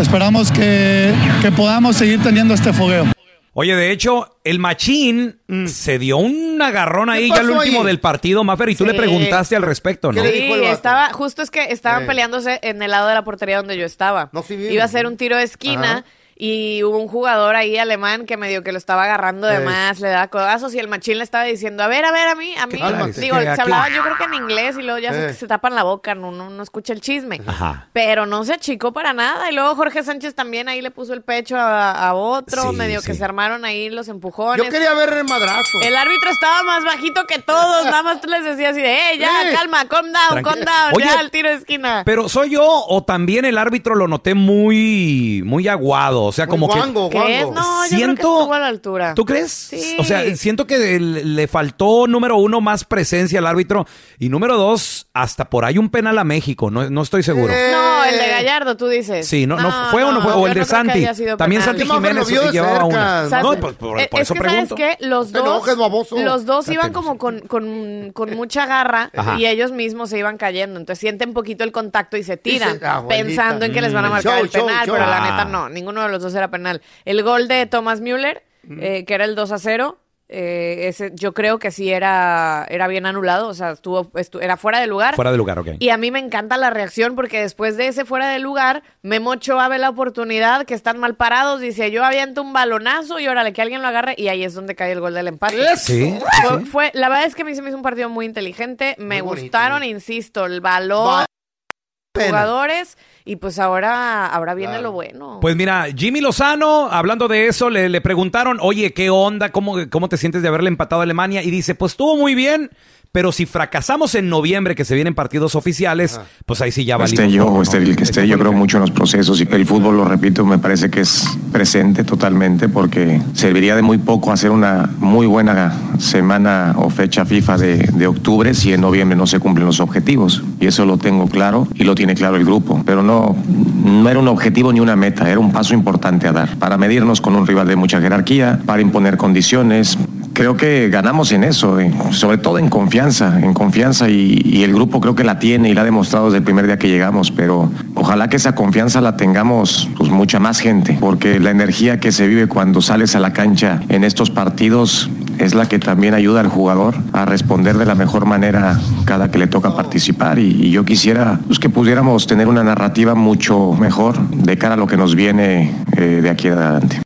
Speaker 11: esperamos que, que podamos seguir teniendo este fogueo.
Speaker 5: Oye, de hecho, el machín se dio un agarrón ahí ya al
Speaker 9: Mm. pasó
Speaker 5: último
Speaker 9: ahí?
Speaker 5: del partido, Mafer, y tú
Speaker 9: Sí.
Speaker 5: le preguntaste al respecto, ¿no?
Speaker 9: Sí, estaba, justo es que estaban
Speaker 5: Eh.
Speaker 9: peleándose en el lado de la portería donde yo estaba.
Speaker 4: bien.
Speaker 9: Iba a ser un tiro de esquina
Speaker 5: Ajá.
Speaker 9: y hubo un jugador ahí alemán que medio que lo estaba agarrando de
Speaker 4: Eh.
Speaker 9: más, le daba codazos y el machín le estaba diciendo, a ver, a ver, a mí, a mí.
Speaker 4: Cálmate.
Speaker 9: Digo, se
Speaker 4: Aquí.
Speaker 9: hablaban yo creo que en inglés y luego ya se-
Speaker 4: Eh.
Speaker 9: se tapan la boca, no, no, no escucha el chisme.
Speaker 5: Ajá.
Speaker 9: Pero no se achicó para nada. Y luego Jorge Sánchez también ahí le puso el pecho a, a otro,
Speaker 4: Sí,
Speaker 9: medio que
Speaker 4: sí.
Speaker 9: se armaron ahí los empujones.
Speaker 4: Yo quería ver el madrazo.
Speaker 9: El árbitro estaba más bajito que todos, nada más tú les decías así de, eh, ya,
Speaker 4: Eh.
Speaker 9: calma, calm down, calm
Speaker 5: Tranquila.
Speaker 9: down,
Speaker 5: Oye,
Speaker 9: ya, el tiro de esquina.
Speaker 5: Pero soy yo o también el árbitro lo noté muy, muy aguado, o sea, como
Speaker 9: guango,
Speaker 5: que...
Speaker 9: ¿Crees? No, yo creo que
Speaker 5: Siento-
Speaker 9: estuvo a la altura.
Speaker 5: ¿Tú crees?
Speaker 9: Sí.
Speaker 5: O sea, siento que el- le faltó, número uno, más presencia al árbitro. Y número dos, hasta por ahí un penal a México. No, no estoy seguro.
Speaker 4: Eh.
Speaker 9: No, el de Gallardo, tú dices. Ah,
Speaker 5: Sí, no, no, fue o no fue. O el de Santi. También Santi Jiménez llevaba una. No, pues por, por eso
Speaker 9: eh, es que
Speaker 5: pregunto.
Speaker 9: sabes que los
Speaker 4: Te
Speaker 9: dos,
Speaker 4: enojes, baboso.
Speaker 9: los dos
Speaker 4: Ya te
Speaker 9: iban como con, con, con mucha garra
Speaker 5: Ajá.
Speaker 9: y ellos mismos se iban cayendo. Entonces sienten poquito el contacto y se tiran,
Speaker 4: Dice, "Ah, abuelita.
Speaker 9: pensando en que les van a
Speaker 4: Mm.
Speaker 9: marcar
Speaker 4: Show,
Speaker 9: el
Speaker 4: show,
Speaker 9: penal,
Speaker 4: show.
Speaker 9: pero la
Speaker 4: Ah.
Speaker 9: neta no, ninguno de los dos era penal. El gol de Thomas Müller,
Speaker 4: Mm.
Speaker 9: eh, que era el 2 a 0. eh, ese, yo creo que sí era, era bien anulado, o sea, estuvo, estu- era fuera de lugar.
Speaker 5: Fuera de lugar, ok.
Speaker 9: Y a mí me encanta la reacción porque después de ese fuera de lugar, Memo Ochoa ve la oportunidad, que están mal parados, dice, yo aviento un balonazo y órale, que alguien lo agarre y ahí es donde cae el gol del empate.
Speaker 5: Sí, sí,
Speaker 9: Fue,
Speaker 5: sí.
Speaker 9: fue- la verdad es que a mí se me hizo un partido muy inteligente, me
Speaker 4: bonito,
Speaker 9: gustaron, insisto, el balón,
Speaker 5: pena.
Speaker 9: jugadores y pues ahora, ahora viene
Speaker 5: Claro.
Speaker 9: lo bueno.
Speaker 5: Pues mira, Jimmy Lozano, hablando de eso, le, le preguntaron, oye, ¿qué onda? ¿Cómo, ¿Cómo te sientes de haberle empatado a Alemania? Y dice, pues estuvo muy bien, pero si fracasamos en noviembre, que se vienen partidos oficiales, pues ahí sí ya valimos.
Speaker 12: esté Este yo o esté el que esté, yo creo mucho en los procesos y el fútbol, lo repito, me parece que es presente totalmente porque serviría de muy poco hacer una muy buena semana o fecha FIFA de, de octubre si en noviembre no se cumplen los objetivos. Y eso lo tengo claro y lo tiene claro el grupo. Pero no, no era un objetivo ni una meta, era un paso importante a dar para medirnos con un rival de mucha jerarquía, para imponer condiciones. Creo que ganamos en eso, en- sobre todo en confianza, en confianza y, y el grupo creo que la tiene y la ha demostrado desde el primer día que llegamos, pero ojalá que esa confianza la tengamos pues mucha más gente, porque la energía que se vive cuando sales a la cancha en estos partidos es la que también ayuda al jugador a responder de la mejor manera cada que le toca participar y, y yo quisiera pues, que pudiéramos tener una narrativa mucho mejor de cara a lo que nos viene eh, de aquí en adelante.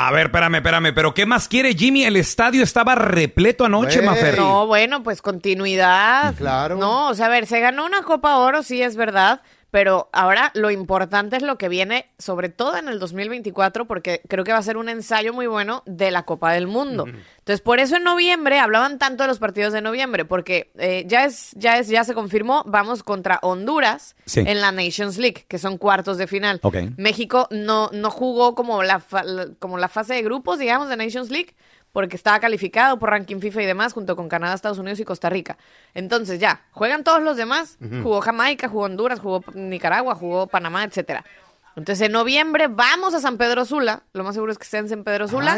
Speaker 5: A ver, espérame, espérame, pero ¿qué más quiere Jimmy? El estadio estaba repleto anoche, Mafer.
Speaker 9: No, bueno, pues continuidad. Claro. No, o sea, a ver, se ganó una Copa Oro, sí es verdad, pero ahora lo importante es lo que viene, sobre todo en el 2024, porque creo que va a ser un ensayo muy bueno de la Copa del Mundo. Entonces, por eso en noviembre hablaban tanto de los partidos de noviembre, porque eh, ya es, ya es, ya se confirmó, vamos contra Honduras
Speaker 13: Sí.
Speaker 9: en la Nations League, que son cuartos de final.
Speaker 13: Ok.
Speaker 9: México no, no jugó como la, fa- la- como la fase de grupos, digamos, de Nations League, porque estaba calificado por ranking FIFA y demás, junto con Canadá, Estados Unidos y Costa Rica. Entonces ya, juegan todos los demás.
Speaker 13: Ujú.
Speaker 9: Jugó Jamaica, jugó Honduras, jugó Nicaragua, jugó Panamá, etcétera. Entonces en noviembre vamos a San Pedro Sula. Lo más seguro es que sea en San Pedro Sula.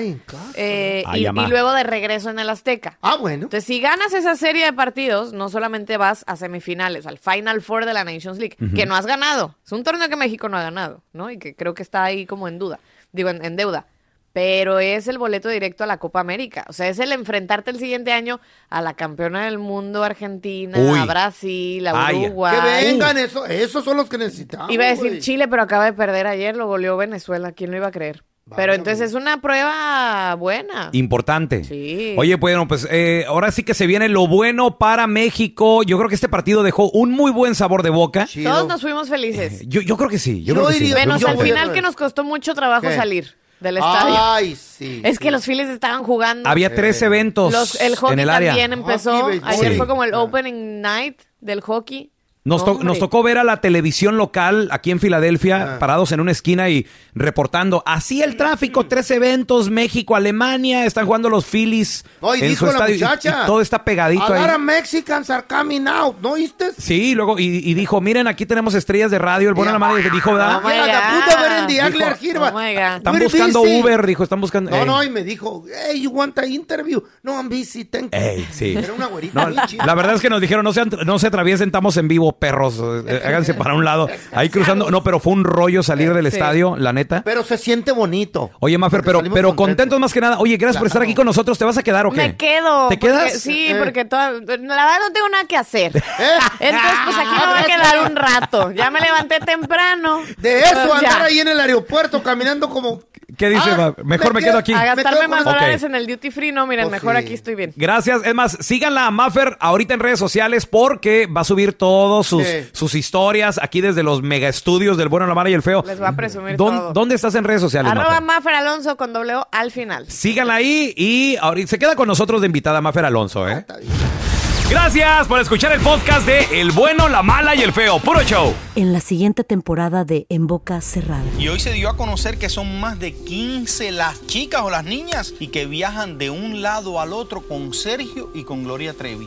Speaker 9: Eh,
Speaker 13: Ah,
Speaker 9: y,
Speaker 13: ya, ma.
Speaker 9: y luego de regreso en el Azteca.
Speaker 4: Ah, bueno.
Speaker 9: Entonces, si ganas esa serie de partidos, no solamente vas a semifinales, al Final Four de la Nations League,
Speaker 13: Ujú.
Speaker 9: que no has ganado. Es un torneo que México no ha ganado, ¿no? Y que creo que está ahí como en duda, digo, en, en deuda. Pero es el boleto directo a la Copa América. O sea, es el enfrentarte el siguiente año a la campeona del mundo Argentina,
Speaker 4: Uy.
Speaker 9: a Brasil, a
Speaker 5: Ah,
Speaker 4: Vaya.
Speaker 9: Uruguay.
Speaker 4: Que vengan,
Speaker 5: Uh.
Speaker 4: eso, esos son los que necesitamos.
Speaker 9: Iba a decir
Speaker 4: güey.
Speaker 9: Chile, pero acaba de perder ayer, lo goleó Venezuela. ¿Quién lo iba a creer? Pero entonces es una prueba buena.
Speaker 5: Importante.
Speaker 9: Sí.
Speaker 5: Oye, bueno, pues eh, ahora sí que se viene lo bueno para México. Yo creo que este partido dejó un muy buen sabor de boca.
Speaker 9: Todos nos fuimos felices.
Speaker 5: (laughs) Yo, yo creo que sí. Yo
Speaker 4: Yo
Speaker 5: creo que sí.
Speaker 4: diría-
Speaker 9: Menos
Speaker 5: Yo
Speaker 9: al
Speaker 5: creo que sí.
Speaker 9: final que nos costó mucho trabajo
Speaker 5: ¿Qué?
Speaker 9: salir. del estadio.
Speaker 4: Ay, sí.
Speaker 9: Es que los Phillies estaban jugando.
Speaker 5: Había tres eventos
Speaker 9: Los- el hockey
Speaker 5: en el área.
Speaker 9: también empezó.
Speaker 5: Hockey, béisbol.
Speaker 9: Ayer
Speaker 5: Sí.
Speaker 9: fue como el opening night del hockey.
Speaker 5: Nos, to-
Speaker 9: Hombre.
Speaker 5: nos tocó ver a la televisión local aquí en Filadelfia, parados en una esquina y reportando. Así el tráfico, tres eventos, México, Alemania, están jugando los Phillies.
Speaker 4: No, y
Speaker 5: en
Speaker 4: dijo
Speaker 5: su
Speaker 4: la
Speaker 5: estadio, y- y
Speaker 4: muchacha,
Speaker 5: todo está pegadito
Speaker 4: Alara
Speaker 5: ahí.
Speaker 4: Mexicans are coming out, ¿no oíste?
Speaker 5: Sí, luego, y, y dijo, miren, aquí tenemos estrellas de radio, el bueno, la madre, dijo, ¿verdad?
Speaker 4: Oh my God. Puta ver en the Angler Girva.
Speaker 9: oh
Speaker 5: Están
Speaker 4: We're
Speaker 5: buscando
Speaker 4: busy.
Speaker 5: Uber, dijo, están buscando...
Speaker 4: No,
Speaker 5: Ey.
Speaker 4: no, y me dijo, hey, you want an interview? No, I'm busy, thank you.
Speaker 5: Ey, sí.
Speaker 4: Era una güerita
Speaker 5: No,
Speaker 4: bien chida.
Speaker 5: la verdad es que nos dijeron, no se, ant- no se atraviesen, estamos en vivo, perros. eh, Háganse para un
Speaker 4: (laughs)
Speaker 5: lado. Ahí cruzando. No, pero fue un rollo salir del
Speaker 4: Sí.
Speaker 5: estadio, la neta.
Speaker 4: Pero se siente bonito.
Speaker 5: Oye, Mafer, pero, pero contentos. más que nada. Oye, gracias por estar aquí con nosotros. ¿Te vas a quedar o qué?
Speaker 9: Me quedo.
Speaker 5: ¿Te
Speaker 9: porque-
Speaker 5: quedas?
Speaker 9: sí,
Speaker 5: Eh.
Speaker 9: porque toda- la verdad no tengo nada
Speaker 4: (laughs)
Speaker 9: que hacer.
Speaker 4: Eh.
Speaker 9: Entonces, pues aquí me voy a quedar un rato. Ya me levanté temprano.
Speaker 4: De eso,
Speaker 9: Pues, ya.
Speaker 4: andar ahí en el aeropuerto caminando como...
Speaker 5: ¿Qué dice?
Speaker 4: Ah,
Speaker 5: Mafer? Mejor me,
Speaker 4: me
Speaker 5: quedo
Speaker 4: quedo- Oh,
Speaker 5: aquí.
Speaker 9: A gastarme
Speaker 5: Ok.
Speaker 9: más dólares en el duty free, no, miren,
Speaker 5: Pues
Speaker 9: mejor
Speaker 5: sí.
Speaker 9: aquí estoy bien.
Speaker 5: Gracias. Es más, síganla a Maffer ahorita en redes sociales porque va a subir todos sus,
Speaker 9: Sí.
Speaker 5: sus historias aquí desde los mega estudios del Bueno, la Mala y el Feo.
Speaker 9: Les voy a presumir
Speaker 5: ¿Dó-
Speaker 9: todo.
Speaker 5: ¿Dónde estás en redes sociales, Mafer?
Speaker 9: Arroba Maffer Alonso con doble O al final.
Speaker 5: Síganla ahí y ahorita se queda con nosotros de invitada Mafer Alonso, ¿eh? Gracias por escuchar el podcast de El Bueno, la Mala y el Feo. Puro show.
Speaker 2: En la siguiente temporada de En Boca Cerrada.
Speaker 13: Y hoy se dio a conocer que son más de 15 las chicas o las niñas y que viajan de un lado al otro con Sergio y con Gloria Trevi.